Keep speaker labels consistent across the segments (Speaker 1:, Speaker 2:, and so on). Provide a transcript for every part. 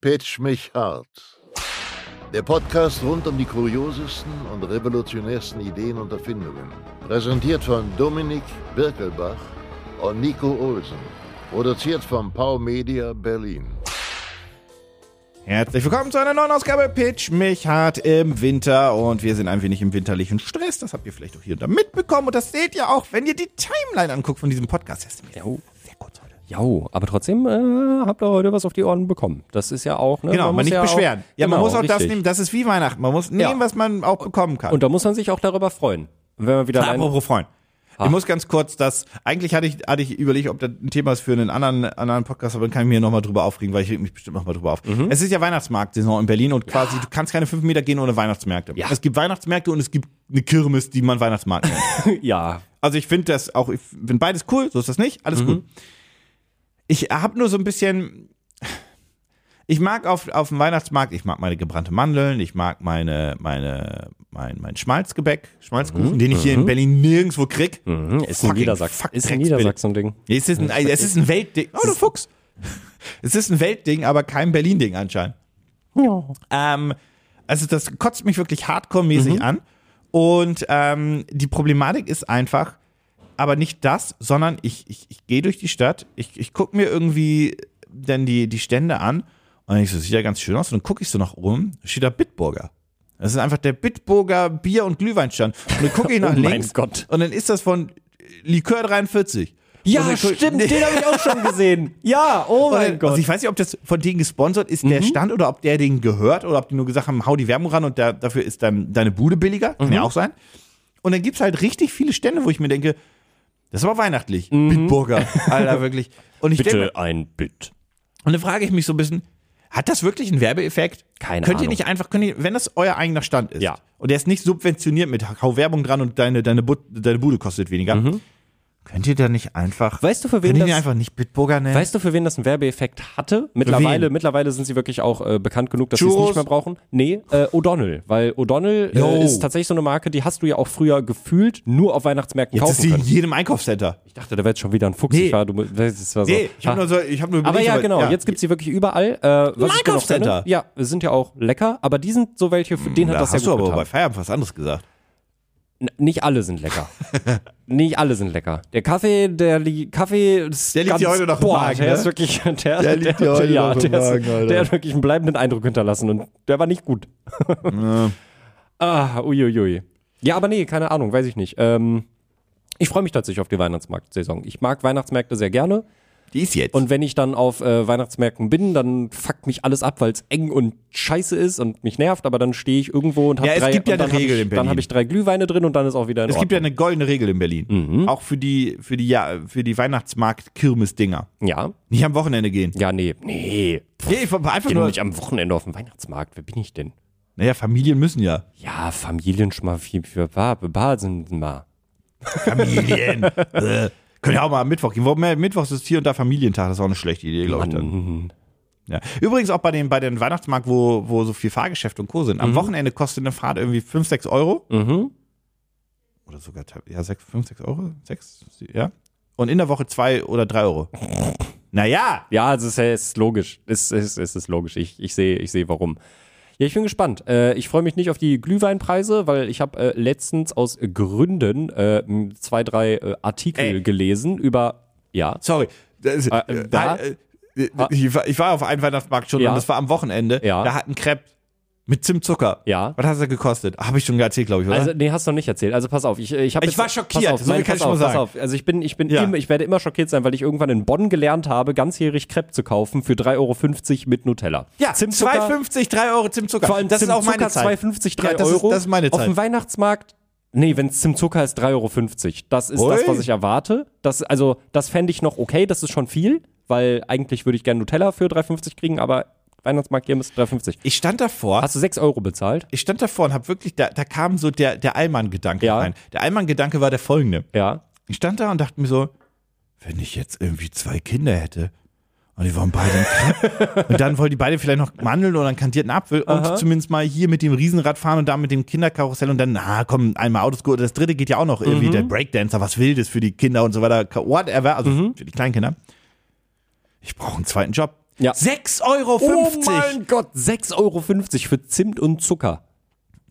Speaker 1: Pitch mich hart. Der Podcast rund um die kuriosesten und revolutionärsten Ideen und Erfindungen. Präsentiert von Dominik Birkelbach und Nico Olsen. Produziert von Pau Media Berlin.
Speaker 2: Herzlich willkommen zu einer neuen Ausgabe Pitch mich hart im Winter und wir sind ein wenig im winterlichen Stress. Das habt ihr vielleicht auch hier und da mitbekommen und das seht ihr auch, wenn ihr die Timeline anguckt von diesem Podcast. Das ist mir
Speaker 3: Jo.
Speaker 2: sehr kurz heute.
Speaker 3: Jo, aber trotzdem äh, habt ihr heute was auf die Ohren bekommen. Das ist ja auch, ne?
Speaker 2: Genau, man,
Speaker 3: muss
Speaker 2: nicht
Speaker 3: ja
Speaker 2: beschweren.
Speaker 3: Auch,
Speaker 2: ja, man
Speaker 3: genau,
Speaker 2: muss auch das
Speaker 3: richtig.
Speaker 2: nehmen. Das ist wie Weihnachten. Man muss nehmen,
Speaker 3: Ja.
Speaker 2: was man auch bekommen kann.
Speaker 3: Und da muss man sich auch darüber freuen. Wenn man wieder rein,
Speaker 2: Apropos Freund.
Speaker 3: Ah.
Speaker 2: Ich muss ganz kurz das, eigentlich hatte ich, hatte ich überlegt, ob das ein Thema ist für einen anderen, anderen Podcast, aber dann kann ich mir nochmal drüber aufregen, weil ich reg mich bestimmt nochmal drüber auf.
Speaker 3: Mhm.
Speaker 2: Es ist ja Weihnachtsmarktsaison in Berlin und quasi, du kannst keine fünf Meter gehen ohne Weihnachtsmärkte.
Speaker 3: Ja.
Speaker 2: Es gibt Weihnachtsmärkte und es gibt eine Kirmes, die man Weihnachtsmarkt nennt.
Speaker 3: ja,
Speaker 2: Also ich finde das auch, ich finde beides cool, so ist das nicht, alles gut. Ich habe nur so ein bisschen, ich mag auf, auf dem Weihnachtsmarkt, ich mag meine gebrannte Mandeln, ich mag meine, meine, mein, mein Schmalzgebäck, Schmalzkuchen, den ich hier in Berlin nirgendwo krieg.
Speaker 3: Mhm, ist
Speaker 2: Fucking
Speaker 3: in Niedersachsen.
Speaker 2: fuck
Speaker 3: Ist in
Speaker 2: Drecksbillig.
Speaker 3: Niedersachsen ein Ding.
Speaker 2: Nee, es ist ein, es ist ein Weltding. Oh, du Fuchs. Es ist ein Weltding, aber kein Berlin-Ding anscheinend. Ähm, also das kotzt mich wirklich hardcore-mäßig an. Und ähm, die Problematik ist einfach, aber nicht das, sondern ich, ich, ich gehe durch die Stadt, ich, ich gucke mir irgendwie dann die, die Stände an und ich so, sieht ja ganz schön aus. Und dann gucke ich so nach oben, steht da Bitburger. Das ist einfach der Bitburger Bier- und Glühweinstand. Und dann gucke ich nach
Speaker 3: Oh mein
Speaker 2: links
Speaker 3: Gott.
Speaker 2: und dann ist das von Likör 43. Und
Speaker 3: Ja,
Speaker 2: dann guck-
Speaker 3: stimmt, den habe ich auch schon gesehen. Ja, oh
Speaker 2: Weil-
Speaker 3: Also, mein Gott. Mhm.
Speaker 2: Also ich weiß nicht, ob das von denen gesponsert ist, der Stand, oder ob der denen gehört, oder ob die nur gesagt haben, hau die Werbung ran und da, dafür ist dann deine Bude billiger.
Speaker 3: Mhm.
Speaker 2: Kann ja auch sein. Und dann gibt es halt richtig viele Stände, wo ich mir denke, das war weihnachtlich.
Speaker 3: Mhm.
Speaker 2: Bitburger, Alter, wirklich. Und ich denke,
Speaker 3: ein Bit.
Speaker 2: und dann frage ich mich so ein bisschen, hat das wirklich einen Werbeeffekt?
Speaker 3: Keine
Speaker 2: könnt ihr
Speaker 3: Ahnung.
Speaker 2: nicht einfach, könnt ihr, wenn das euer eigener Stand ist
Speaker 3: Ja.
Speaker 2: und der ist nicht subventioniert mit hau Werbung dran und deine, deine, Bu- deine Bude kostet weniger, könnt ihr da nicht einfach,
Speaker 3: Mhm. Weißt du, für wen
Speaker 2: könnt ihr die
Speaker 3: das-
Speaker 2: einfach nicht Bitburger nennen?
Speaker 3: Weißt du, für wen das einen Werbeeffekt hatte? Mittlerweile,
Speaker 2: wen?
Speaker 3: mittlerweile sind sie wirklich auch äh, bekannt genug, dass sie es
Speaker 2: Churros?
Speaker 3: nicht mehr brauchen. Nee, äh, O'Donnell. Weil O'Donnell
Speaker 2: Yo.
Speaker 3: äh, ist tatsächlich so eine Marke, die hast du ja auch früher gefühlt nur auf Weihnachtsmärkten
Speaker 2: Jetzt ist
Speaker 3: kaufen
Speaker 2: sie in
Speaker 3: können.
Speaker 2: jedem Einkaufscenter.
Speaker 3: Ich dachte, da wäre jetzt schon wieder ein Fuchs.
Speaker 2: Nee.
Speaker 3: Ich war, du, das war so,
Speaker 2: Nee, ich
Speaker 3: ha.
Speaker 2: habe nur so, ich habe nur
Speaker 3: Aber
Speaker 2: überlegt,
Speaker 3: ja, genau. Jetzt gibt's sie wirklich überall. Äh, was ich noch
Speaker 2: Einkaufscenter.
Speaker 3: kenne, ja, sind ja auch lecker, aber die sind so welche, für den hat
Speaker 2: da
Speaker 3: das
Speaker 2: hast
Speaker 3: ja
Speaker 2: du
Speaker 3: gut
Speaker 2: aber bei
Speaker 3: getan.
Speaker 2: Feierabend was anderes gesagt.
Speaker 3: N- Nicht alle sind lecker. nicht alle sind lecker. Der Kaffee, der li Kaffee, ist
Speaker 2: Der liegt
Speaker 3: ganz
Speaker 2: dir heute noch im
Speaker 3: boah,
Speaker 2: Magen,
Speaker 3: Der
Speaker 2: ne?
Speaker 3: ist wirklich, der, der
Speaker 2: liegt dir
Speaker 3: der,
Speaker 2: heute
Speaker 3: ja,
Speaker 2: noch im
Speaker 3: der, ist,
Speaker 2: Magen, Alter.
Speaker 3: der hat wirklich einen bleibenden Eindruck hinterlassen und der war nicht gut. ah, uiuiui. Ja, aber nee, keine Ahnung, weiß ich nicht. Ähm, ich freue mich tatsächlich auf die Weihnachtsmarktsaison. Ich mag Weihnachtsmärkte sehr gerne.
Speaker 2: Die ist jetzt.
Speaker 3: Und wenn ich dann auf äh, Weihnachtsmärkten bin, dann fuckt mich alles ab, weil es eng und scheiße ist und mich nervt, aber dann stehe ich irgendwo und habe
Speaker 2: Ja, es
Speaker 3: drei
Speaker 2: gibt ja
Speaker 3: und
Speaker 2: eine
Speaker 3: dann hab
Speaker 2: Regel
Speaker 3: ich,
Speaker 2: in Berlin.
Speaker 3: Dann habe ich drei Glühweine drin und dann ist auch wieder in
Speaker 2: es gibt ja eine goldene Regel in Berlin. Auch für die, für die, ja, für die Weihnachtsmarkt-Kirmes-Dinger.
Speaker 3: ja,
Speaker 2: Nicht am Wochenende gehen.
Speaker 3: ja, nee, nee. Pff,
Speaker 2: Nee, ich war einfach
Speaker 3: bin
Speaker 2: nur.
Speaker 3: nicht am Wochenende auf dem Weihnachtsmarkt. Wer bin ich denn?
Speaker 2: Naja, Familien müssen ja.
Speaker 3: Ja, Familien schon mal viel für Bar, Bar sind mal.
Speaker 2: Familien. äh, können ja auch mal am Mittwoch gehen. Wobei, Mittwochs ist hier und da Familientag. Das ist auch eine schlechte Idee, glaube ich. Dann. Ja. Übrigens auch bei den, bei den Weihnachtsmarkt, wo, wo so viel Fahrgeschäft und Co. sind. Am Wochenende kostet eine Fahrt irgendwie 5, 6 Euro. Oder sogar, teil- ja, 6, 5, 6 Euro? 6, ja. Und in der Woche 2 oder 3 Euro. naja.
Speaker 3: Ja, also es ist, es ist logisch. Es, es, es ist logisch. Ich, ich sehe, ich sehe warum. Ja, ich bin gespannt. Äh, ich freue mich nicht auf die Glühweinpreise, weil ich habe äh, letztens aus Gründen äh, m, zwei, drei äh, Artikel
Speaker 2: Ey.
Speaker 3: gelesen über. Ja.
Speaker 2: Sorry. Das,
Speaker 3: Äh, da-
Speaker 2: äh, äh, ich, war, ich war auf einem Weihnachtsmarkt schon
Speaker 3: Ja.
Speaker 2: und das war am Wochenende.
Speaker 3: Ja.
Speaker 2: Da hat ein Crepe mit Zimtzucker.
Speaker 3: Ja.
Speaker 2: Was hat er gekostet? Habe ich schon erzählt, glaube ich, oder?
Speaker 3: Also, nee, hast du noch nicht erzählt. Also pass auf, ich, äh, ich habe
Speaker 2: Ich
Speaker 3: jetzt-
Speaker 2: war schockiert.
Speaker 3: Pass auf,
Speaker 2: So
Speaker 3: nein,
Speaker 2: viel kann
Speaker 3: pass
Speaker 2: ich mal
Speaker 3: auf, pass
Speaker 2: sagen.
Speaker 3: auf. Also ich bin, ich bin
Speaker 2: Ja.
Speaker 3: immer, ich werde immer schockiert sein, weil ich irgendwann in Bonn gelernt habe, ganzjährig Crepe zu kaufen für 3,50 Euro mit Nutella.
Speaker 2: Ja,
Speaker 3: Zimtzucker-
Speaker 2: 2,50, 3 Euro Zimtzucker.
Speaker 3: Vor allem
Speaker 2: das ist auch meine
Speaker 3: Zimtzucker
Speaker 2: Zeit.
Speaker 3: 2,50, 3
Speaker 2: Ja, das ist-
Speaker 3: Euro.
Speaker 2: das ist meine
Speaker 3: Auf
Speaker 2: Zeit.
Speaker 3: dem Weihnachtsmarkt, nee, wenn es Zimtzucker ist, 3,50 Euro. Das ist
Speaker 2: Ui.
Speaker 3: das, was ich erwarte. Das, also, das fände ich noch okay, das ist schon viel, weil eigentlich würde ich gerne Nutella für 3,50 kriegen, aber Weihnachtsmarkt hier ist 3,50.
Speaker 2: Ich stand davor,
Speaker 3: Hast du 6 Euro bezahlt?
Speaker 2: ich stand davor und habe wirklich, da, da kam so der, der Allmann-Gedanke
Speaker 3: Ja.
Speaker 2: rein. Der Allmann-Gedanke war der folgende.
Speaker 3: Ja.
Speaker 2: Ich stand da und dachte mir so, wenn ich jetzt irgendwie zwei Kinder hätte und die waren beide im Krepp und dann wollten die beide vielleicht noch Mandeln oder einen kandierten Apfel und zumindest mal hier mit dem Riesenrad fahren und dann mit dem Kinderkarussell und dann, na komm, einmal Autoscooter. Das dritte geht ja auch noch irgendwie,
Speaker 3: Mhm.
Speaker 2: der Breakdancer, was Wildes
Speaker 3: Mhm.
Speaker 2: für die Kinder und so weiter, whatever, also für die Kleinkinder. Ich brauche einen zweiten Job.
Speaker 3: Ja.
Speaker 2: 6,50 Euro.
Speaker 3: Oh mein Gott, 6,50 Euro für Zimt und Zucker.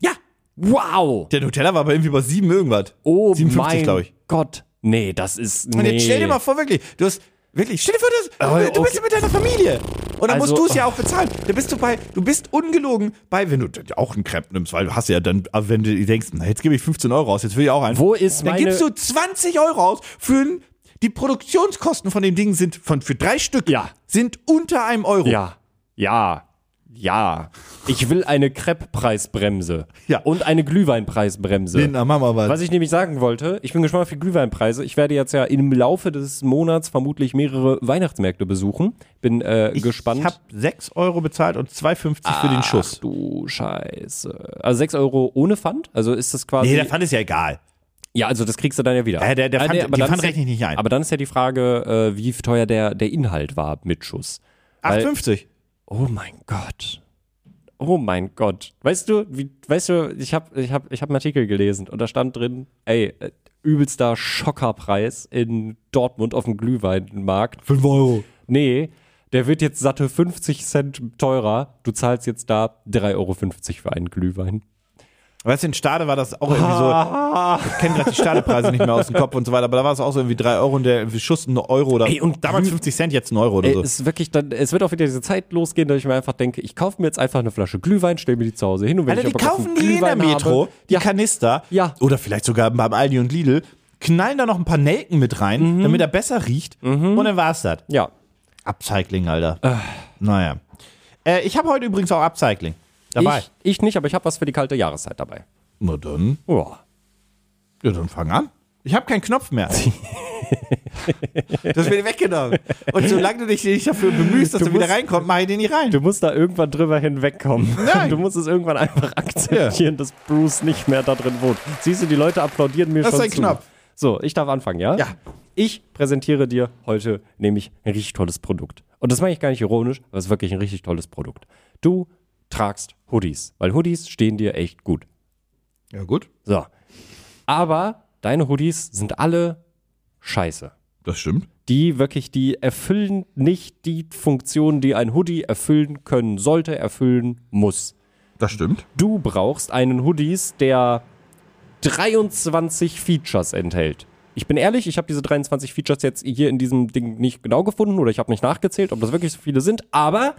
Speaker 2: ja.
Speaker 3: Wow.
Speaker 2: Der Nutella war aber irgendwie bei 7 irgendwas.
Speaker 3: Oh
Speaker 2: 57,
Speaker 3: mein
Speaker 2: glaube ich.
Speaker 3: Gott. Nee, das ist. Nee.
Speaker 2: Und jetzt stell dir mal vor, wirklich, du hast, wirklich, stell dir vor, du, hast-
Speaker 3: Aber
Speaker 2: du bist ja mit deiner Familie. Und dann
Speaker 3: Also-
Speaker 2: musst du es ja auch bezahlen. Da bist du bei, du bist ungelogen bei, wenn du d- auch einen Crepe nimmst, weil du hast ja dann, aber wenn du denkst, na, jetzt gebe ich 15 Euro aus, jetzt will ich auch einen.
Speaker 3: Wo ist
Speaker 2: Dann
Speaker 3: meine-
Speaker 2: gibst du 20 Euro aus für ein, die Produktionskosten von dem Ding sind, von, für drei Stück,
Speaker 3: Ja.
Speaker 2: sind unter einem Euro.
Speaker 3: Ja. Ja. Ja. Ich will eine Crepe-Preisbremse.
Speaker 2: Ja.
Speaker 3: Und eine Glühweinpreisbremse.
Speaker 2: Na, Mama, was.
Speaker 3: Was ich nämlich sagen wollte, ich bin gespannt auf die Glühweinpreise. Ich werde jetzt ja im Laufe des Monats vermutlich mehrere Weihnachtsmärkte besuchen. Bin äh, gespannt. Ah.
Speaker 2: Ich habe 6 Euro bezahlt und 2,50 für den Schuss.
Speaker 3: du Scheiße. Also 6 Euro ohne Pfand? Also ist das quasi.
Speaker 2: Nee, der Pfand ist ja egal.
Speaker 3: ja, also das kriegst du dann ja wieder.
Speaker 2: Ja, der- der
Speaker 3: Ah,
Speaker 2: Pfand-
Speaker 3: aber
Speaker 2: die
Speaker 3: dann
Speaker 2: Pfand
Speaker 3: ist ja-
Speaker 2: rechne ich nicht ein.
Speaker 3: Aber dann ist ja die Frage, äh, wie teuer der, der Inhalt war mit Schuss. Weil-
Speaker 2: 8,50.
Speaker 3: Oh mein Gott. Oh mein Gott. Weißt du, wie, weißt du, ich habe ich hab, ich hab einen Artikel gelesen und da stand drin, ey, äh, übelster Schockerpreis in Dortmund auf dem Glühweinmarkt.
Speaker 2: 5 Euro.
Speaker 3: Nee, der wird jetzt satte 50 Cent teurer. Du zahlst jetzt da 3,50 Euro für einen Glühwein.
Speaker 2: Weißt du, in Stade war das auch irgendwie so. Ich kenne gerade die Stadepreise nicht mehr aus dem Kopf und so weiter, aber da war es auch so irgendwie 3 Euro und der irgendwie Schuss ein Euro oder
Speaker 3: Ey, und
Speaker 2: damals
Speaker 3: Glüh-
Speaker 2: 50 Cent, jetzt ein Euro oder
Speaker 3: Ey,
Speaker 2: so.
Speaker 3: es, ist wirklich dann, es wird auch wieder diese Zeit losgehen, dass ich mir einfach denke, ich kaufe mir jetzt einfach eine Flasche Glühwein, stelle mir die zu Hause hin und wenn
Speaker 2: Alter,
Speaker 3: ich
Speaker 2: die
Speaker 3: aber Bock auf
Speaker 2: kaufen
Speaker 3: einen
Speaker 2: die in der
Speaker 3: Glühwein
Speaker 2: Metro,
Speaker 3: habe,
Speaker 2: die
Speaker 3: ja,
Speaker 2: Kanister
Speaker 3: Ja.
Speaker 2: oder vielleicht sogar beim Aldi und Lidl, knallen da noch ein paar Nelken mit rein,
Speaker 3: Mhm.
Speaker 2: damit er besser riecht und dann war's das.
Speaker 3: ja,
Speaker 2: Upcycling, Alter. Naja. Äh, ich habe heute übrigens auch Upcycling dabei.
Speaker 3: ich, ich nicht, aber ich habe was für die kalte Jahreszeit dabei.
Speaker 2: Na dann.
Speaker 3: Ja.
Speaker 2: Ja, dann fang an. Ich habe keinen Knopf mehr. das wird weggenommen. Und solange du dich nicht dafür bemühst, dass
Speaker 3: Du
Speaker 2: du, wieder
Speaker 3: musst-
Speaker 2: reinkommst, mach ich den nicht rein.
Speaker 3: Du musst da irgendwann drüber hinwegkommen.
Speaker 2: Nein.
Speaker 3: Du musst es irgendwann einfach akzeptieren, dass Bruce nicht mehr da drin wohnt. Siehst du, die Leute applaudieren mir
Speaker 2: Das ist
Speaker 3: schon
Speaker 2: ein
Speaker 3: zu.
Speaker 2: Knopf.
Speaker 3: So, ich darf anfangen, ja?
Speaker 2: Ja.
Speaker 3: Ich präsentiere dir heute nämlich ein richtig tolles Produkt. Und das meine ich gar nicht ironisch, aber es ist wirklich ein richtig tolles Produkt. Du tragst Hoodies, weil Hoodies stehen dir echt gut.
Speaker 2: Ja, gut.
Speaker 3: So. Aber deine Hoodies sind alle scheiße
Speaker 2: Das stimmt.
Speaker 3: die wirklich, die erfüllen nicht die Funktion, die ein Hoodie erfüllen können sollte, erfüllen muss.
Speaker 2: Das stimmt.
Speaker 3: Du brauchst einen Hoodies, der 23 Features enthält. Ich bin ehrlich, ich habe diese 23 Features jetzt hier in diesem Ding nicht genau gefunden oder ich habe nicht nachgezählt, ob das wirklich so viele sind, aber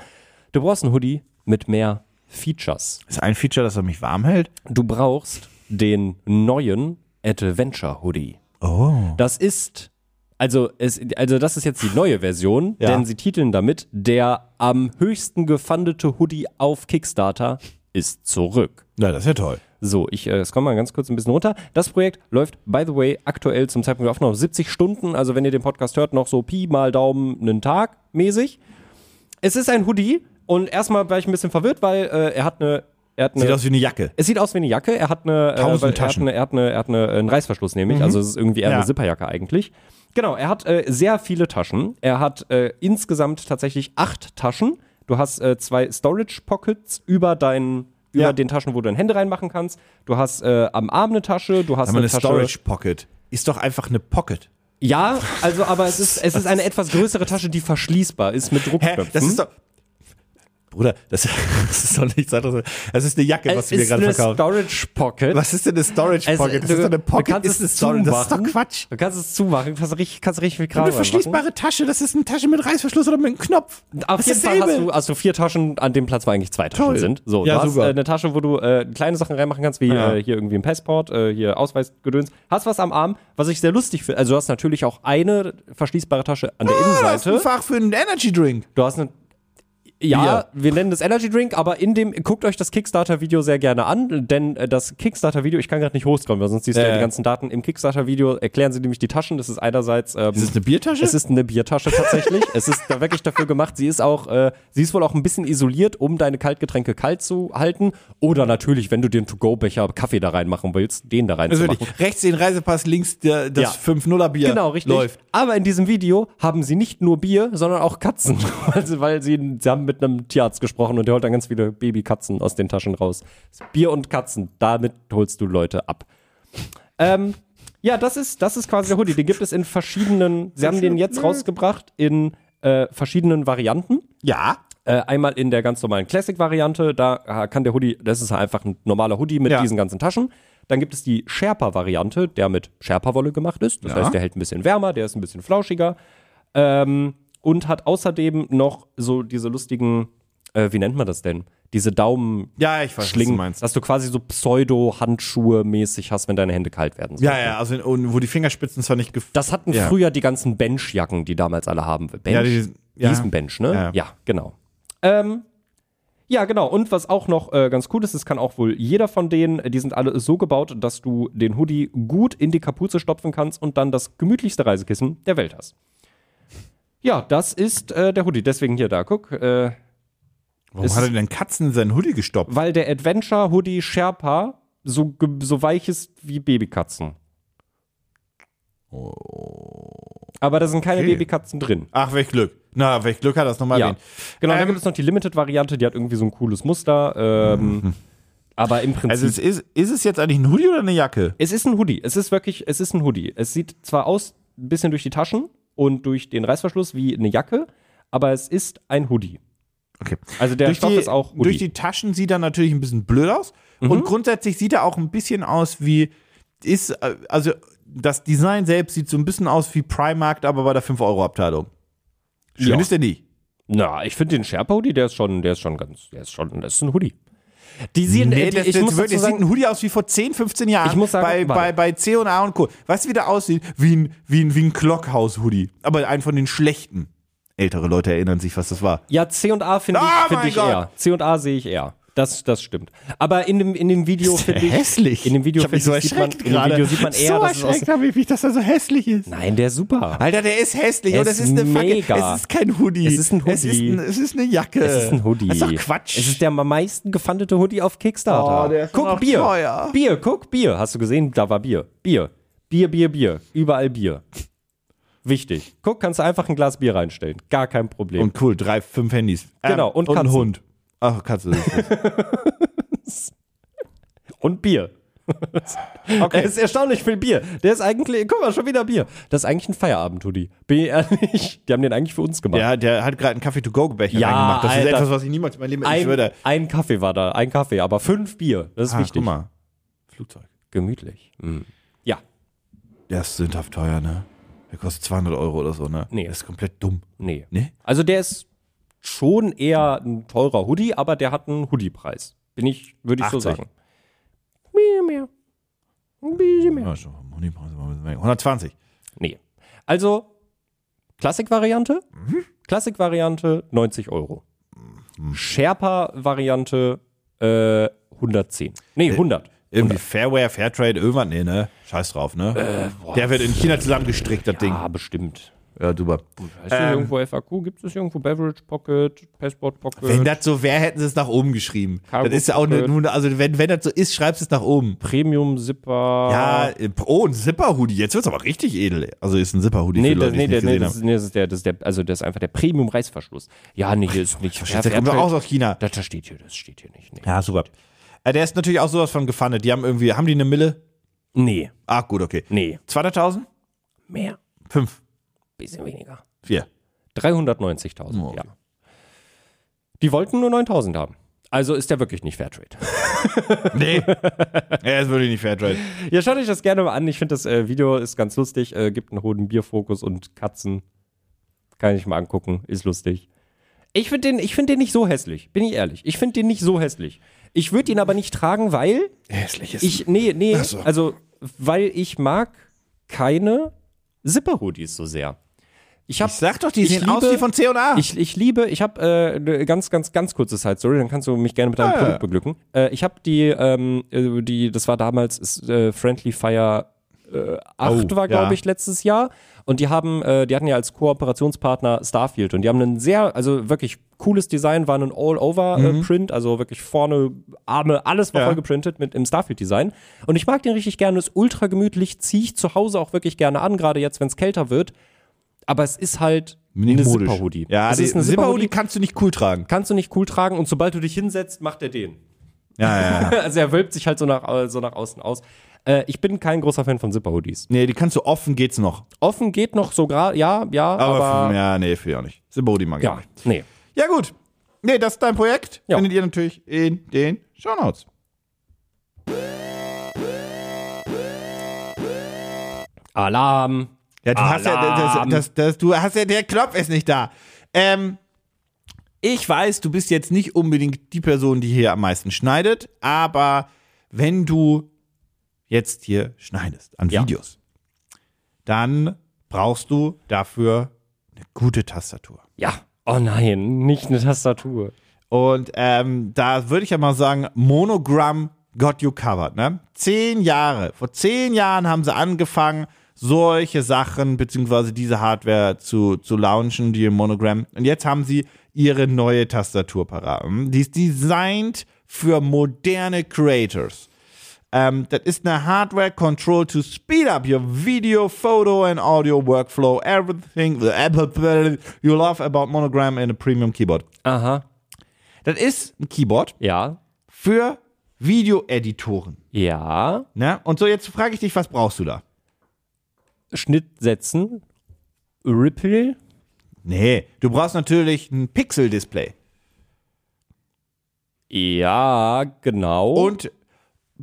Speaker 3: du brauchst einen Hoodie mit mehr Features.
Speaker 2: Ist ein Feature, das er mich warm hält.
Speaker 3: Du brauchst den neuen Adventure Hoodie.
Speaker 2: Oh.
Speaker 3: Das ist, also, es, also das ist jetzt die neue Version,
Speaker 2: Ja.
Speaker 3: denn sie titeln damit, der am höchsten gefundete Hoodie auf Kickstarter ist zurück.
Speaker 2: Na, das ist ja toll.
Speaker 3: So, ich äh, scroll mal ganz kurz ein bisschen runter. Das Projekt läuft, by the way, aktuell zum Zeitpunkt der Aufnahme 70 Stunden. Also, wenn ihr den Podcast hört, noch so Pi mal Daumen einen Tag mäßig. Es ist ein Hoodie und erstmal war ich ein bisschen verwirrt, weil äh, er hat eine. Er hat eine
Speaker 2: Sieht aus wie eine Jacke.
Speaker 3: es sieht aus wie eine Jacke. Er hat eine, äh,
Speaker 2: Tausend
Speaker 3: weil er hat
Speaker 2: Taschen. Mhm.
Speaker 3: eine, er hat eine, er hat eine, einen Reißverschluss nämlich. Also es ist irgendwie eher
Speaker 2: Ja.
Speaker 3: eine Zipperjacke eigentlich. Genau, er hat äh, sehr viele Taschen. Er hat äh, insgesamt tatsächlich acht Taschen. Du hast äh, zwei Storage Pockets über deinen über
Speaker 2: Ja.
Speaker 3: den Taschen, wo du deine Hände reinmachen kannst. Du hast äh, am Arm eine Tasche, du hast
Speaker 2: Aber
Speaker 3: eine,
Speaker 2: eine
Speaker 3: Tasche.
Speaker 2: Storage Pocket ist doch einfach eine Pocket.
Speaker 3: Ja, also aber es ist es ist eine etwas größere Tasche, die verschließbar ist mit Druckknöpfen.
Speaker 2: Das ist doch. Bruder, das, das ist doch nichts anderes. Das ist eine Jacke, was
Speaker 3: es
Speaker 2: du mir
Speaker 3: ist
Speaker 2: gerade
Speaker 3: eine
Speaker 2: verkaufst.
Speaker 3: Storage Pocket.
Speaker 2: Was ist denn eine Storage
Speaker 3: Es-
Speaker 2: Pocket? das
Speaker 3: Also, du-
Speaker 2: ist doch eine
Speaker 3: du
Speaker 2: Pocket.
Speaker 3: kannst
Speaker 2: Ist
Speaker 3: es
Speaker 2: eine Storage. Das ist doch
Speaker 3: zumachen.
Speaker 2: Quatsch.
Speaker 3: Du kannst es zumachen, kannst richtig, kannst richtig viel Kram
Speaker 2: Eine
Speaker 3: reinmachen.
Speaker 2: verschließbare Tasche, das ist eine Tasche mit Reißverschluss oder mit einem Knopf.
Speaker 3: Auf
Speaker 2: das
Speaker 3: jeden
Speaker 2: ist
Speaker 3: Fall hast
Speaker 2: dasselbe.
Speaker 3: du, hast du vier Taschen, an dem Platz, wo eigentlich zwei Taschen
Speaker 2: Toll.
Speaker 3: sind. So,
Speaker 2: Ja,
Speaker 3: du hast
Speaker 2: super.
Speaker 3: äh, eine Tasche, wo du äh, kleine Sachen reinmachen kannst, wie
Speaker 2: Ja.
Speaker 3: äh, hier irgendwie ein Passport, äh, hier Ausweisgedöns. Hast was am Arm, was ich sehr lustig finde. Also du hast natürlich auch eine verschließbare Tasche an der
Speaker 2: Ah, das ist ein
Speaker 3: Innenseite.
Speaker 2: Fach für einen Energy Drink.
Speaker 3: Du hast eine ja, wir nennen das Energy Drink, aber in dem, guckt euch das Kickstarter-Video sehr gerne an, denn äh, das Kickstarter-Video, ich kann gerade nicht hochscrollen, weil sonst siehst du ja
Speaker 2: Äh.
Speaker 3: die ganzen Daten. Im Kickstarter-Video erklären sie nämlich die Taschen. Das ist einerseits. Ähm,
Speaker 2: Ist es eine Biertasche?
Speaker 3: es ist eine Biertasche tatsächlich. es ist da wirklich dafür gemacht. Sie ist auch, äh, sie ist wohl auch ein bisschen isoliert, um deine Kaltgetränke kalt zu halten. Oder natürlich, wenn du den To-Go-Becher Kaffee da reinmachen willst, den da
Speaker 2: also
Speaker 3: reinzumachen.
Speaker 2: wirklich, rechts den Reisepass, links der, das
Speaker 3: Ja.
Speaker 2: 5-0er Bier
Speaker 3: Genau, richtig.
Speaker 2: läuft.
Speaker 3: Aber in diesem Video haben sie nicht nur Bier, sondern auch Katzen. Also, weil sie, sie haben mit einem Tierarzt gesprochen und der holt dann ganz viele Babykatzen aus den Taschen raus. Bier und Katzen, damit holst du Leute ab. Ähm, ja, das ist, das ist quasi der Hoodie. Den gibt es in verschiedenen. Sie haben den jetzt rausgebracht in äh, verschiedenen Varianten.
Speaker 2: Ja.
Speaker 3: Äh, einmal in der ganz normalen Classic-Variante, da äh, kann der Hoodie, das ist einfach ein normaler Hoodie mit
Speaker 2: Ja.
Speaker 3: diesen ganzen Taschen. Dann gibt es die Sherpa-Variante, der mit Sherpa-Wolle gemacht ist. Das
Speaker 2: Ja.
Speaker 3: heißt, der hält ein bisschen wärmer, der ist ein bisschen flauschiger. Ähm, und hat außerdem noch so diese lustigen, äh, wie nennt man das denn? Diese Daumen,
Speaker 2: Ja, ich weiß, was du
Speaker 3: Schlingen,
Speaker 2: meinst.
Speaker 3: dass du quasi so Pseudo-Handschuhe mäßig hast, wenn deine Hände kalt werden.
Speaker 2: Ja, ja, also in- und wo die Fingerspitzen zwar nicht gef
Speaker 3: Das hatten
Speaker 2: Ja.
Speaker 3: früher die ganzen Benchjacken, die damals alle haben. Bench?
Speaker 2: Ja, die- ja.
Speaker 3: hießen Bench, ne?
Speaker 2: Ja.
Speaker 3: Ja, genau. Ähm, ja, genau. Und was auch noch äh, ganz cool ist, das kann auch wohl jeder von denen, die sind alle so gebaut, dass du den Hoodie gut in die Kapuze stopfen kannst und dann das gemütlichste Reisekissen der Welt hast. Ja, das ist äh, der Hoodie. Deswegen hier da, guck. Äh,
Speaker 2: Warum hat er denn Katzen in seinen Hoodie gestopft?
Speaker 3: weil der Adventure Hoodie Sherpa so, ge- so weich ist wie Babykatzen. Aber da sind keine
Speaker 2: Oh. Okay.
Speaker 3: Babykatzen drin.
Speaker 2: Ach, welch Glück. Na, welch Glück hat er das nochmal
Speaker 3: Ja.
Speaker 2: erwähnt.
Speaker 3: Genau, dann
Speaker 2: Ähm,
Speaker 3: gibt es noch die Limited-Variante, die hat irgendwie so ein cooles Muster. Ähm, aber im Prinzip.
Speaker 2: Also es ist, ist es jetzt eigentlich ein Hoodie oder eine Jacke?
Speaker 3: es ist ein Hoodie. Es ist wirklich, es ist ein Hoodie. Es sieht zwar aus, ein bisschen durch die Taschen und durch den Reißverschluss wie eine Jacke, aber es ist ein Hoodie.
Speaker 2: Okay.
Speaker 3: Also der Stoff
Speaker 2: die,
Speaker 3: ist auch Hoodie. Mhm.
Speaker 2: durch die Taschen sieht er natürlich ein bisschen blöd aus. Und grundsätzlich sieht er auch ein bisschen aus wie, ist, äh, also das Design selbst sieht so ein bisschen aus wie Primark, aber bei der 5-Euro-Abteilung. Schön
Speaker 3: Ja.
Speaker 2: ist der nicht.
Speaker 3: Na, ich finde den Sherpa-Hoodie, der ist schon, der ist schon ganz, der ist schon, das ist ein Hoodie. Die sehen,
Speaker 2: Nee,
Speaker 3: äh, die-
Speaker 2: das,
Speaker 3: ich
Speaker 2: das,
Speaker 3: muss
Speaker 2: wird,
Speaker 3: dazu
Speaker 2: das sieht
Speaker 3: sagen,
Speaker 2: ein Hoodie aus wie vor 10, 15 Jahren
Speaker 3: Ich muss sagen,
Speaker 2: bei, bei,
Speaker 3: warte.
Speaker 2: bei C&A und Co. Weißt du, wie der aussieht? Wie ein, wie ein, wie ein Clockhouse-Hoodie. Aber einen von den schlechten. Ältere Leute erinnern sich, was das war.
Speaker 3: ja, C&A finde
Speaker 2: Ah,
Speaker 3: ich, find
Speaker 2: mein
Speaker 3: ich
Speaker 2: Gott.
Speaker 3: eher. C&A sehe ich eher. Das, das stimmt. Aber in dem, in dem Video finde ich.
Speaker 2: hässlich.
Speaker 3: In dem Video,
Speaker 2: ich hab mich so
Speaker 3: finde ich, sieht man,
Speaker 2: erschreckt
Speaker 3: in dem
Speaker 2: gerade.
Speaker 3: Video sieht man
Speaker 2: so
Speaker 3: eher, dass es aus,
Speaker 2: erschreckt habe ich mich, dass er so hässlich ist.
Speaker 3: Nein, der ist super.
Speaker 2: Alter, der ist hässlich
Speaker 3: Der
Speaker 2: und es
Speaker 3: ist
Speaker 2: ist eine fucking,
Speaker 3: mega.
Speaker 2: es ist kein Hoodie.
Speaker 3: Es ist ein
Speaker 2: Es ist,
Speaker 3: Hoodie.
Speaker 2: ein, es ist eine Jacke.
Speaker 3: Es ist ein Hoodie.
Speaker 2: Das ist doch Quatsch.
Speaker 3: Es ist der am meisten gefundete Hoodie auf Kickstarter.
Speaker 2: Oh, der ist noch
Speaker 3: guck, Bier.
Speaker 2: teuer.
Speaker 3: Bier, guck, Bier. Hast du gesehen? Da war Bier. Bier. Bier, Bier, Bier. Überall Bier. Wichtig. Guck, kannst du einfach ein Glas Bier reinstellen. Gar kein Problem.
Speaker 2: und cool, drei, fünf Handys. Ähm,
Speaker 3: Genau, und
Speaker 2: und ein
Speaker 3: Katzen.
Speaker 2: Hund. Ach, Katze.
Speaker 3: Und Bier.
Speaker 2: Okay.
Speaker 3: Es ist erstaunlich viel Bier. Der ist eigentlich, guck mal, schon wieder Bier. Das ist eigentlich ein Feierabend-Hoodie. Bin ich ehrlich. Die haben den eigentlich für uns gemacht.
Speaker 2: der, der hat gerade einen Kaffee-to-go-Becher
Speaker 3: Ja,
Speaker 2: reingemacht. Das ist
Speaker 3: Alter.
Speaker 2: etwas, was ich niemals in meinem Leben ich
Speaker 3: Ein,
Speaker 2: würde.
Speaker 3: ein Kaffee war da, ein Kaffee, aber fünf Bier. Das ist
Speaker 2: Ah,
Speaker 3: wichtig.
Speaker 2: guck mal. Flugzeug.
Speaker 3: Gemütlich. Mhm. Ja,
Speaker 2: Der ist sündhaft teuer, ne? Der kostet 200 Euro oder so, ne?
Speaker 3: Nee.
Speaker 2: Der ist komplett dumm.
Speaker 3: nee.
Speaker 2: Nee?
Speaker 3: Also der ist schon eher ein teurer Hoodie, aber der hat einen Hoodie-Preis. Bin ich, würde ich so
Speaker 2: 80.
Speaker 3: sagen. Mehr, mehr. Ein bisschen mehr.
Speaker 2: Ja, schon vom Hoodie-Preis mal ein bisschen weg. 120.
Speaker 3: Nee. Also, Klassik-Variante?
Speaker 2: Mhm.
Speaker 3: Klassik-Variante 90 Euro. Sherpa-Variante äh, 110.
Speaker 2: Äh,
Speaker 3: Nee, 100.
Speaker 2: Irgendwie Fairware, Fairtrade, irgendwas. Nee, ne? Scheiß drauf, ne?
Speaker 3: Äh,
Speaker 2: der wird in China zusammengestrickt, das Ding. Ähm.
Speaker 3: Ah, bestimmt.
Speaker 2: Ja, super.
Speaker 3: Heißt das irgendwo FAQ? Gibt es irgendwo Beverage Pocket, Passport Pocket?
Speaker 2: Wenn das so wäre, hätten sie es nach oben geschrieben.
Speaker 3: Cargo
Speaker 2: das ist ja auch ne,
Speaker 3: Pocket.
Speaker 2: nun, also wenn, wenn das so ist, schreibst du es nach oben.
Speaker 3: Premium Zipper.
Speaker 2: Ja, äh, oh, ein Zipper-Hoodie. Jetzt wird's aber richtig edel. Also ist ein Zipper-Hoodie für
Speaker 3: Nee, das,
Speaker 2: Leute, die
Speaker 3: nee,
Speaker 2: es nicht
Speaker 3: der, nee,
Speaker 2: gesehen
Speaker 3: das,
Speaker 2: haben.
Speaker 3: ist- nee, das ist der, das ist der, also das ist einfach der Premium-Reißverschluss. Ja, nee, hier ist nicht.
Speaker 2: Shit, der kommt doch
Speaker 3: halt-
Speaker 2: auch aus China.
Speaker 3: das, das steht hier, das steht hier nicht. Nee.
Speaker 2: Ja, super. Äh, der ist natürlich auch sowas von gefundet. Die haben irgendwie, haben die eine Mille?
Speaker 3: nee,
Speaker 2: Ah, gut, okay.
Speaker 3: nee.
Speaker 2: 200.000?
Speaker 3: Mehr.
Speaker 2: Fünf.
Speaker 3: Bisschen weniger.
Speaker 2: Vier.
Speaker 3: 390.000,
Speaker 2: Oh, okay.
Speaker 3: ja. Die wollten nur 9.000 haben. Also ist der wirklich nicht Fairtrade.
Speaker 2: Nee. er ist wirklich nicht Fairtrade.
Speaker 3: ja, schaut euch das gerne mal an. Ich finde, das äh, Video ist ganz lustig. Äh, gibt einen hohen Bierfokus und Katzen. Kann ich mal angucken. Ist lustig. Ich finde den, ich find den nicht so hässlich. Bin ich ehrlich. Ich finde den nicht so hässlich. Ich würde ihn aber nicht tragen, weil
Speaker 2: Hässliches.
Speaker 3: Ich, nee, nee,
Speaker 2: so.
Speaker 3: also, weil ich mag keine Zipper-Hoodies so sehr. Ich hab,
Speaker 2: ich sag doch, die
Speaker 3: ich
Speaker 2: sehen aus
Speaker 3: liebe-
Speaker 2: wie von C&A.
Speaker 3: Ich, ich liebe, ich habe äh, eine ganz, ganz, ganz kurze Zeit, sorry, dann kannst du mich gerne mit deinem
Speaker 2: Ah, ja.
Speaker 3: Produkt beglücken. Äh, ich habe die, ähm, äh, die, das war damals äh, Friendly Fire äh, 8
Speaker 2: Oh,
Speaker 3: war, glaube
Speaker 2: ja.
Speaker 3: ich, letztes Jahr. Und die haben, äh, die hatten ja als Kooperationspartner Starfield und die haben ein sehr, also wirklich cooles Design, war ein All-Over-Print, also wirklich vorne, Arme, alles war
Speaker 2: Mhm. Ja.
Speaker 3: voll geprintet mit im Starfield-Design. Und ich mag den richtig gerne, ist ultra gemütlich, ziehe ich zu Hause auch wirklich gerne an, gerade jetzt, wenn es kälter wird. Aber es ist halt eine
Speaker 2: modisch.
Speaker 3: Zipper-Hoodie.
Speaker 2: Ja,
Speaker 3: es
Speaker 2: die-
Speaker 3: ist eine
Speaker 2: Zipper-Hoodie
Speaker 3: Zipper-Hoodie,
Speaker 2: kannst du nicht cool tragen.
Speaker 3: kannst du nicht cool tragen und sobald du dich hinsetzt, macht er den.
Speaker 2: Ja, ja, ja.
Speaker 3: Also er wölbt sich halt so nach, äh, so nach außen aus. Äh, ich bin kein großer Fan von Zipper-Hoodies.
Speaker 2: Nee, die kannst du offen, geht's noch.
Speaker 3: Offen geht noch so gerade, ja, ja,
Speaker 2: Aber,
Speaker 3: aber,
Speaker 2: ja, nee, finde ich auch nicht. Symboli mag ich auch
Speaker 3: ja,
Speaker 2: nicht.
Speaker 3: nee.
Speaker 2: Ja, gut. Nee, das ist dein Projekt.
Speaker 3: Ja.
Speaker 2: Findet ihr natürlich in den Shownotes.
Speaker 3: Alarm.
Speaker 2: Ja, du hast ja,
Speaker 3: Alarm.
Speaker 2: das, das, das, du hast ja, der Knopf ist nicht da. Ähm, ich weiß, du bist jetzt nicht unbedingt die Person, die hier am meisten schneidet, aber wenn du jetzt hier schneidest an
Speaker 3: Ja.
Speaker 2: Videos, dann brauchst du dafür eine gute Tastatur.
Speaker 3: Ja. Oh nein, nicht eine Tastatur.
Speaker 2: Und ähm, da würde ich ja mal sagen, Monogram got you covered, ne? Zehn Jahre. Vor zehn Jahren haben sie angefangen, solche Sachen beziehungsweise diese Hardware zu, zu launchen, die Monogram. Und jetzt haben sie ihre neue Tastatur parat. Mhm. Die ist designed für moderne Creators. Ähm, das ist eine Hardware Control to speed up your video, photo and audio workflow. Everything you love about Monogram and a premium keyboard.
Speaker 3: Aha.
Speaker 2: Das ist ein Keyboard
Speaker 3: Ja.
Speaker 2: für Videoeditoren.
Speaker 3: Ja.
Speaker 2: Ne? Und so, jetzt frage ich dich, was brauchst du da?
Speaker 3: Schnitt setzen. Ripple.
Speaker 2: Nee, du brauchst natürlich ein Pixel-Display
Speaker 3: Ja, genau.
Speaker 2: und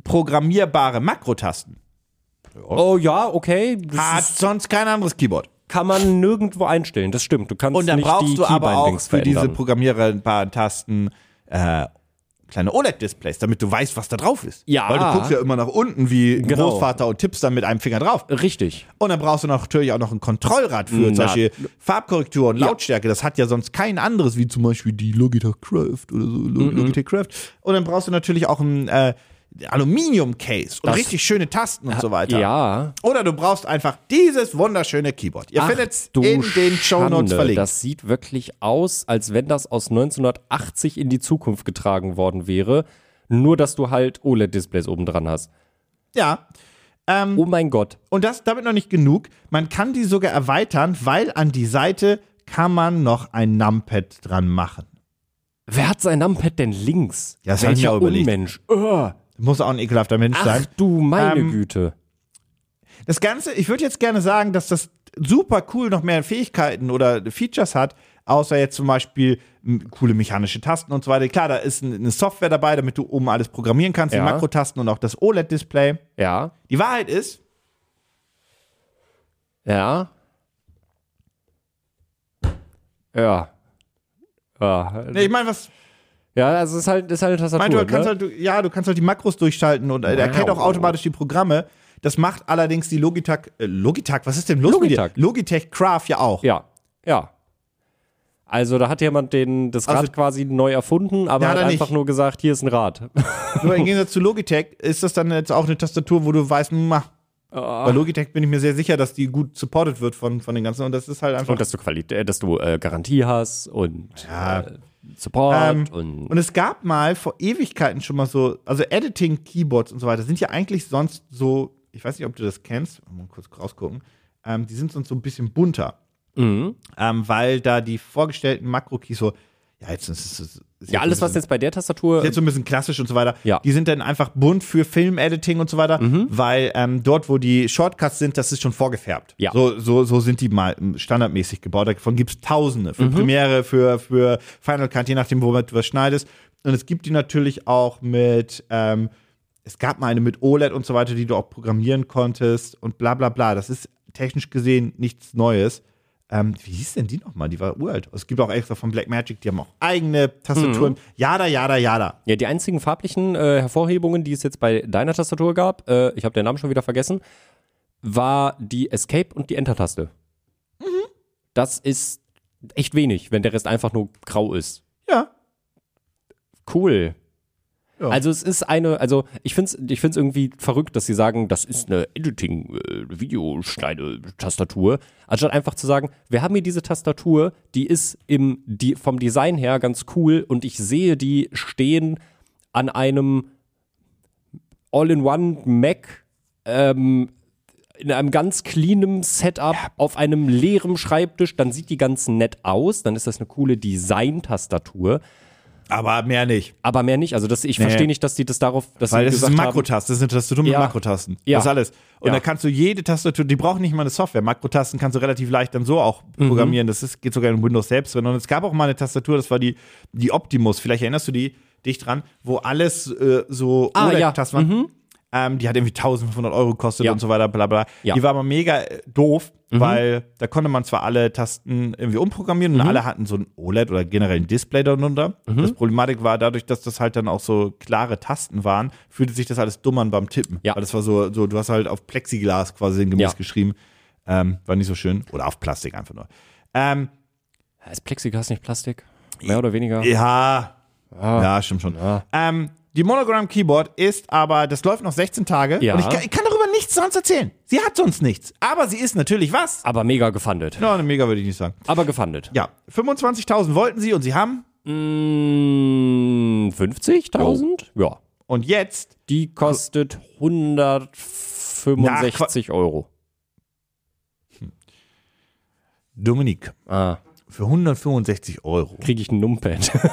Speaker 2: programmierbare Makrotasten.
Speaker 3: oh ja, okay. Das
Speaker 2: Hat
Speaker 3: ist,
Speaker 2: sonst kein anderes Keyboard.
Speaker 3: kann man nirgendwo einstellen. Das stimmt. Du kannst
Speaker 2: Und dann
Speaker 3: nicht die
Speaker 2: brauchst du aber auch
Speaker 3: Keybindings
Speaker 2: für diese
Speaker 3: verändern.
Speaker 2: programmierbaren Tasten äh, kleine OLED-Displays, damit du weißt, was da drauf ist.
Speaker 3: Ja.
Speaker 2: Weil du guckst ja immer nach unten wie
Speaker 3: Genau.
Speaker 2: Großvater und tippst dann mit einem Finger drauf.
Speaker 3: Richtig.
Speaker 2: Und dann brauchst du noch- natürlich auch noch ein Kontrollrad für zum
Speaker 3: Mm, Na.
Speaker 2: Beispiel Farbkorrektur und Lautstärke. Das hat ja sonst kein anderes, wie zum Beispiel die Logitech Craft oder so.
Speaker 3: Mm,
Speaker 2: Lo- Logitech Craft. Und dann brauchst du natürlich auch ein äh, Aluminium-Case und
Speaker 3: Das-
Speaker 2: richtig schöne Tasten und so weiter.
Speaker 3: Ja.
Speaker 2: Oder du brauchst einfach dieses wunderschöne Keyboard. Ihr
Speaker 3: Ach,
Speaker 2: findet es
Speaker 3: du
Speaker 2: in den Shownotes
Speaker 3: Schande.
Speaker 2: verlinkt.
Speaker 3: Das sieht wirklich aus, als wenn das aus 1980 in die Zukunft getragen worden wäre. Nur, dass du halt OLED-Displays oben dran hast.
Speaker 2: ja. Ähm,
Speaker 3: Oh mein Gott.
Speaker 2: Und das damit noch nicht genug. Man kann die sogar erweitern, weil an die Seite kann man noch ein Numpad dran machen.
Speaker 3: Wer hat sein Numpad denn links?
Speaker 2: Ja, das hab ich mir
Speaker 3: Welcher
Speaker 2: auch überlegt.
Speaker 3: Unmensch. Ugh.
Speaker 2: Muss auch ein ekelhafter Mensch sein.
Speaker 3: Ach du meine
Speaker 2: Ähm,
Speaker 3: Güte.
Speaker 2: Das Ganze, ich würde jetzt gerne sagen, dass das super cool noch mehr Fähigkeiten oder Features hat, außer jetzt zum Beispiel m, coole mechanische Tasten und so weiter. Klar, da ist ein- eine Software dabei, damit du oben alles programmieren kannst,
Speaker 3: Ja.
Speaker 2: die Makrotasten und auch das OLED-Display.
Speaker 3: Ja.
Speaker 2: Die Wahrheit ist,
Speaker 3: Ja. Ja. Ja,
Speaker 2: nee, ich meine, was,
Speaker 3: ja also es ist halt, es ist halt eine
Speaker 2: ich
Speaker 3: Tastatur.
Speaker 2: mein, du kannst
Speaker 3: ne?
Speaker 2: halt, du- ja, du kannst halt die Makros durchschalten und äh, er kennt auch automatisch die Programme. Das macht allerdings die Logitech, äh, Logitech, was ist denn los
Speaker 3: Logitech.
Speaker 2: mit dir? Logitech Craft ja auch.
Speaker 3: ja, ja. Also da hat jemand den, das Rad
Speaker 2: Also-
Speaker 3: quasi neu erfunden, aber
Speaker 2: Ja,
Speaker 3: hat
Speaker 2: hat er
Speaker 3: einfach
Speaker 2: nicht.
Speaker 3: nur gesagt, hier ist ein Rad.
Speaker 2: Nur im Gegensatz zu Logitech ist das dann jetzt auch eine Tastatur, wo du weißt, mach. Bei Logitech bin ich mir sehr sicher, dass die gut supported wird von, von den ganzen. Und das ist halt einfach.
Speaker 3: Und dass du Qualität, äh, dass du äh, Garantie hast und äh, Support
Speaker 2: Ähm,
Speaker 3: und
Speaker 2: und es gab mal vor Ewigkeiten schon mal so, also Editing Keyboards und so weiter sind ja eigentlich sonst so, ich weiß nicht, ob du das kennst, mal kurz rausgucken, ähm, die sind sonst so ein bisschen bunter,
Speaker 3: Mhm.
Speaker 2: ähm, weil da die vorgestellten Makro-Keys so, ja, jetzt ist es. ist jetzt
Speaker 3: ja, alles,
Speaker 2: ein
Speaker 3: was jetzt bei der Tastatur.
Speaker 2: Ist jetzt so ein bisschen klassisch und so weiter.
Speaker 3: Ja. Mhm.
Speaker 2: Die sind dann einfach bunt für Filmediting und so weiter, weil ähm, dort, wo die Shortcuts sind, das ist schon vorgefärbt.
Speaker 3: Ja.
Speaker 2: So, so, so sind die mal ähm, standardmäßig gebaut. Davon gibt es Tausende.
Speaker 3: Mhm.
Speaker 2: Für Premiere, für, für Final Cut, je nachdem, womit du was schneidest. Und es gibt die natürlich auch mit, ähm, es gab mal eine mit OLED und so weiter, die du auch programmieren konntest und bla bla bla. Das ist technisch gesehen nichts Neues. Ähm, wie hieß denn die nochmal? Die war uralt. Es gibt auch extra von Blackmagic, die haben auch eigene Tastaturen.
Speaker 3: Mhm.
Speaker 2: Jada, jada, jada.
Speaker 3: Ja, die einzigen farblichen äh, Hervorhebungen, die es jetzt bei deiner Tastatur gab, äh, ich habe den Namen schon wieder vergessen, war die Escape und die Enter-Taste.
Speaker 2: Mhm.
Speaker 3: Das ist echt wenig, wenn der Rest einfach nur grau ist.
Speaker 2: Ja.
Speaker 3: Cool.
Speaker 2: Ja.
Speaker 3: Also es ist eine, also ich finde es ich find's irgendwie verrückt, dass sie sagen, das ist eine Editing-Videoschneide-Tastatur, anstatt einfach zu sagen, wir haben hier diese Tastatur, die ist im, die, vom Design her ganz cool und ich sehe die stehen an einem All-in-One Mac ähm, in einem ganz cleanen Setup auf einem leeren Schreibtisch, dann sieht die ganz nett aus, dann ist das eine coole Design-Tastatur.
Speaker 2: Aber mehr nicht.
Speaker 3: Aber mehr nicht. Also das, ich
Speaker 2: Nee.
Speaker 3: verstehe nicht, dass die das darauf, dass
Speaker 2: Weil
Speaker 3: sie
Speaker 2: das ist
Speaker 3: gesagt
Speaker 2: eine
Speaker 3: haben,
Speaker 2: Makrotaste, das sind Tastatur mit
Speaker 3: Ja.
Speaker 2: Makrotasten.
Speaker 3: Ja.
Speaker 2: Das ist alles. Und
Speaker 3: Ja.
Speaker 2: da kannst du jede Tastatur, die brauchen nicht mal eine Software. Makrotasten kannst du relativ leicht dann so auch
Speaker 3: Mhm.
Speaker 2: programmieren. Das ist, geht sogar in Windows selbst drin. Und es gab auch mal eine Tastatur, das war die, die Optimus. Vielleicht erinnerst du die, dich dran, wo alles äh, so
Speaker 3: Ah, ja.
Speaker 2: OLED-Tasten waren. Ähm, die hat irgendwie 1500 Euro gekostet
Speaker 3: Ja.
Speaker 2: und so weiter, bla bla.
Speaker 3: Ja. Mhm.
Speaker 2: Die war aber mega äh, doof, weil da konnte man zwar alle Tasten irgendwie umprogrammieren
Speaker 3: Mhm.
Speaker 2: und alle hatten so ein OLED oder generell ein Display darunter. Das Problematik war dadurch, dass das halt dann auch so klare Tasten waren, fühlte sich das alles dumm an beim Tippen.
Speaker 3: Ja.
Speaker 2: Weil das war so, so, du hast halt auf Plexiglas quasi sinngemäß
Speaker 3: Ja.
Speaker 2: geschrieben. Ähm, war nicht so schön. Oder auf Plastik einfach nur. Ähm,
Speaker 3: Ist Plexiglas nicht Plastik? Mehr oder weniger?
Speaker 2: ja. Ja, stimmt schon. Ähm, die Monogram Keyboard ist aber, das läuft noch 16 Tage.
Speaker 3: Ja.
Speaker 2: Und ich kann, ich kann darüber nichts sonst erzählen. Sie hat sonst nichts. Aber sie ist natürlich was?
Speaker 3: Aber mega gefundet.
Speaker 2: Na, eine Mega würde ich nicht sagen.
Speaker 3: Aber gefundet.
Speaker 2: Ja, 25.000 wollten sie und sie haben.
Speaker 3: Mm, 50.000? Ja.
Speaker 2: Und jetzt,
Speaker 3: Die kostet 165 Euro.
Speaker 2: Dominik,
Speaker 3: Ah.
Speaker 2: für 165 Euro.
Speaker 3: Kriege ich ein Numpad.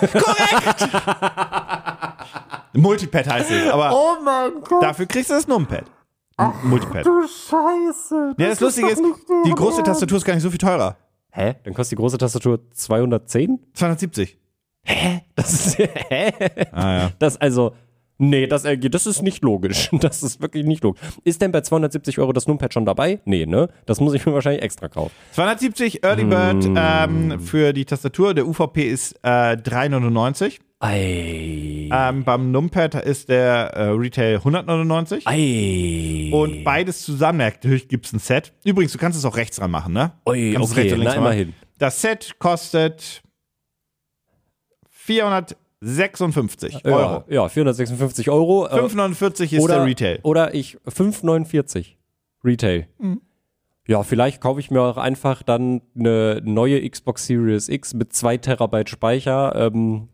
Speaker 2: Multipad heißt es, aber
Speaker 4: Oh mein Gott,
Speaker 2: dafür kriegst du das Numpad. Ein Multipad.
Speaker 4: du Scheiße.
Speaker 2: Ja, das Lustige ist, die große Tastatur ist gar nicht so viel teurer.
Speaker 3: Hä? Dann kostet die große Tastatur 210?
Speaker 2: 270.
Speaker 3: Das ist. Hä?
Speaker 2: Ah ja.
Speaker 3: Das also. Nee, das, erge- das ist nicht logisch. Das ist wirklich nicht logisch. Ist denn bei 270 Euro das Numpad schon dabei? Nee, ne? Das muss ich mir wahrscheinlich extra kaufen.
Speaker 2: 270 Early Bird
Speaker 3: Hm.
Speaker 2: ähm, für die Tastatur. Der UVP ist äh, 3,99.
Speaker 3: Ei.
Speaker 2: Ähm, beim Numpad ist der äh, Retail 199.
Speaker 3: Ei.
Speaker 2: Und beides zusammen, natürlich gibt es ein Set. Übrigens, du kannst es auch rechts dran machen, ne?
Speaker 3: Ui,
Speaker 2: Kannst es
Speaker 3: okay,
Speaker 2: rechts und links
Speaker 3: na,
Speaker 2: dran machen.
Speaker 3: immerhin.
Speaker 2: Das Set kostet 456 Euro.
Speaker 3: Ja, ja 456 Euro. äh,
Speaker 2: 549 ist
Speaker 3: oder,
Speaker 2: der Retail.
Speaker 3: Oder ich, 5,49 Retail. Ja, vielleicht kaufe ich mir auch einfach dann eine neue Xbox Series X mit 2 Terabyte Speicher, ähm,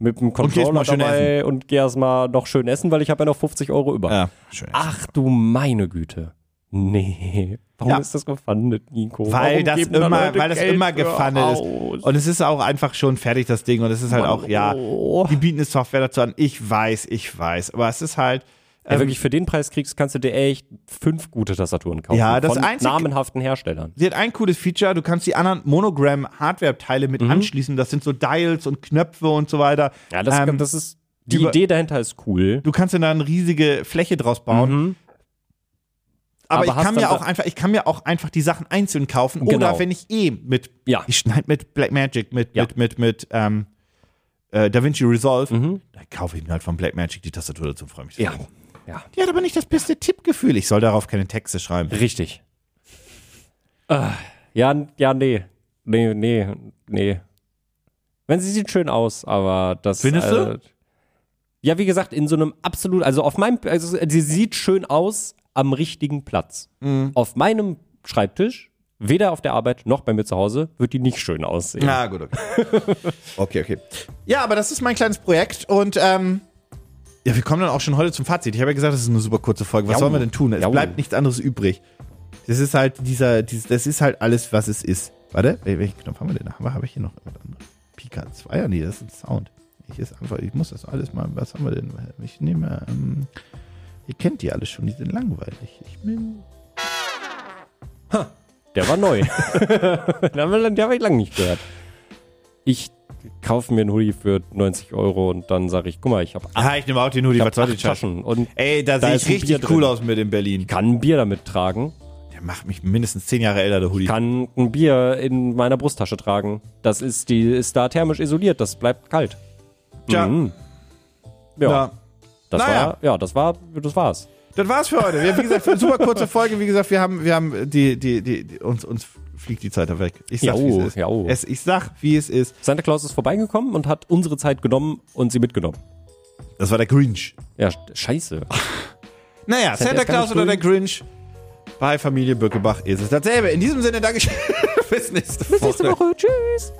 Speaker 3: mit einem
Speaker 2: gehst
Speaker 3: Controller
Speaker 2: mal schön
Speaker 3: dabei und geh erstmal noch schön essen, weil ich habe ja noch 50 Euro über.
Speaker 2: Ja, schön.
Speaker 3: Ach du meine Güte. Nee, warum
Speaker 2: Ja.
Speaker 3: ist das gefundet, Nico?
Speaker 2: Weil
Speaker 3: warum
Speaker 2: das
Speaker 3: geben da
Speaker 2: immer,
Speaker 3: Leute
Speaker 2: weil das
Speaker 3: Geld
Speaker 2: immer
Speaker 3: für
Speaker 2: gefunnelt ist.
Speaker 3: aus?
Speaker 2: Und es ist auch einfach schon fertig, das Ding. Und es ist halt auch, ja,
Speaker 3: oh.
Speaker 2: die bieten eine Software dazu an. Ich weiß, ich weiß. Aber es ist halt.
Speaker 3: Ja, wirklich, für den Preis kriegst, kannst du dir echt fünf gute Tastaturen kaufen.
Speaker 2: Ja, das
Speaker 3: von
Speaker 2: einzige-
Speaker 3: namenhaften Herstellern.
Speaker 2: Sie hat ein cooles Feature, du kannst die anderen Monogram-Hardware-Teile mit anschließen. Das sind so Dials und Knöpfe und so weiter.
Speaker 3: Mhm. Ja, das,
Speaker 2: Ähm,
Speaker 3: das ist. Die
Speaker 2: über-
Speaker 3: Idee dahinter ist cool.
Speaker 2: Du kannst dir da eine riesige Fläche draus bauen.
Speaker 3: Mhm. Aber
Speaker 2: Aber, ich
Speaker 3: hast
Speaker 2: kann
Speaker 3: dann
Speaker 2: mir
Speaker 3: da-
Speaker 2: auch einfach, ich kann mir auch einfach die Sachen einzeln kaufen. Oder
Speaker 3: Genau.
Speaker 2: wenn ich eh mit,
Speaker 3: Ja.
Speaker 2: ich schneide mit Blackmagic, mit,
Speaker 3: Ja.
Speaker 2: mit, mit, mit, ähm, äh, DaVinci Resolve, da kaufe ich mir halt von Blackmagic die Tastatur dazu, freue mich.
Speaker 3: Mhm. Ja.
Speaker 2: total.
Speaker 3: Ja.
Speaker 2: Die hat aber nicht das beste Tippgefühl. Ich soll darauf keine Texte schreiben.
Speaker 3: Richtig. Ah, ja, n- ja, nee. Nee, nee, nee. Wenn sie sieht schön aus, aber das. äh,
Speaker 2: Findest du?
Speaker 3: Ja, wie gesagt, in so einem absolut, also auf meinem, also sie sieht schön aus am richtigen Platz.
Speaker 2: Mhm.
Speaker 3: Auf meinem Schreibtisch, weder auf der Arbeit noch bei mir zu Hause, wird die nicht schön aussehen.
Speaker 2: Na Ah, gut, okay. okay, okay. Ja, aber das ist mein kleines Projekt und ähm, ja, wir kommen dann auch schon heute zum Fazit. Ich habe ja gesagt, das ist eine super kurze Folge. Was
Speaker 3: Jau.
Speaker 2: sollen wir denn tun? Es
Speaker 3: Jau.
Speaker 2: bleibt nichts anderes übrig. Das ist halt dieser, dies- das ist halt alles, was es ist. Warte, wel- welchen Knopf haben wir denn? Haben wir- Habe ich hier noch was anderes? Pika 2? Ja, nee, das ist ein Sound. Ich ist einfach, ich muss das alles mal. Was haben wir denn? Ich nehme, ähm, ihr kennt die alle schon, die sind langweilig. Ich bin.
Speaker 3: Der war neu. den haben wir- den habe ich lange nicht gehört. Ich kaufe mir einen Hoodie für 90 Euro und dann sage ich, guck mal, ich habe
Speaker 2: Aha, ich nehme auch den Hoodie, was soll die
Speaker 3: acht
Speaker 2: Taschen?
Speaker 3: Taschen und
Speaker 2: Ey, da, sehe
Speaker 3: ist
Speaker 2: ich
Speaker 3: ein Bier
Speaker 2: richtig cool
Speaker 3: drin.
Speaker 2: aus mit dem Berlin.
Speaker 3: kann ein Bier damit tragen,
Speaker 2: Der macht mich mindestens zehn Jahre älter, der Hoodie.
Speaker 3: kann ein Bier in meiner Brusttasche tragen. Das ist die ist da thermisch isoliert, das bleibt kalt.
Speaker 2: Tja,
Speaker 3: Ja,
Speaker 2: Mhm. ja.
Speaker 3: das
Speaker 2: naja.
Speaker 3: war ja, das war das war's.
Speaker 2: Das war's für heute. Wir, wie gesagt, für eine super kurze Folge. Wie gesagt, wir haben, wir haben die, die, die, die uns, uns fliegt die Zeit da weg. Ich sag,
Speaker 3: Jau,
Speaker 2: wie es ist.
Speaker 3: jau.
Speaker 2: Es, ich sag, wie es ist.
Speaker 3: Santa Claus ist vorbeigekommen und hat unsere Zeit genommen und sie mitgenommen.
Speaker 2: Das war der Grinch.
Speaker 3: Ja, scheiße.
Speaker 2: Naja, Santa
Speaker 3: erst gar
Speaker 2: Claus
Speaker 3: nicht
Speaker 2: oder der Grinch. Bei Familie Birkebach ist es dasselbe. In diesem Sinne, Dankeschön. Bis nächste Woche.
Speaker 3: Woche. Tschüss.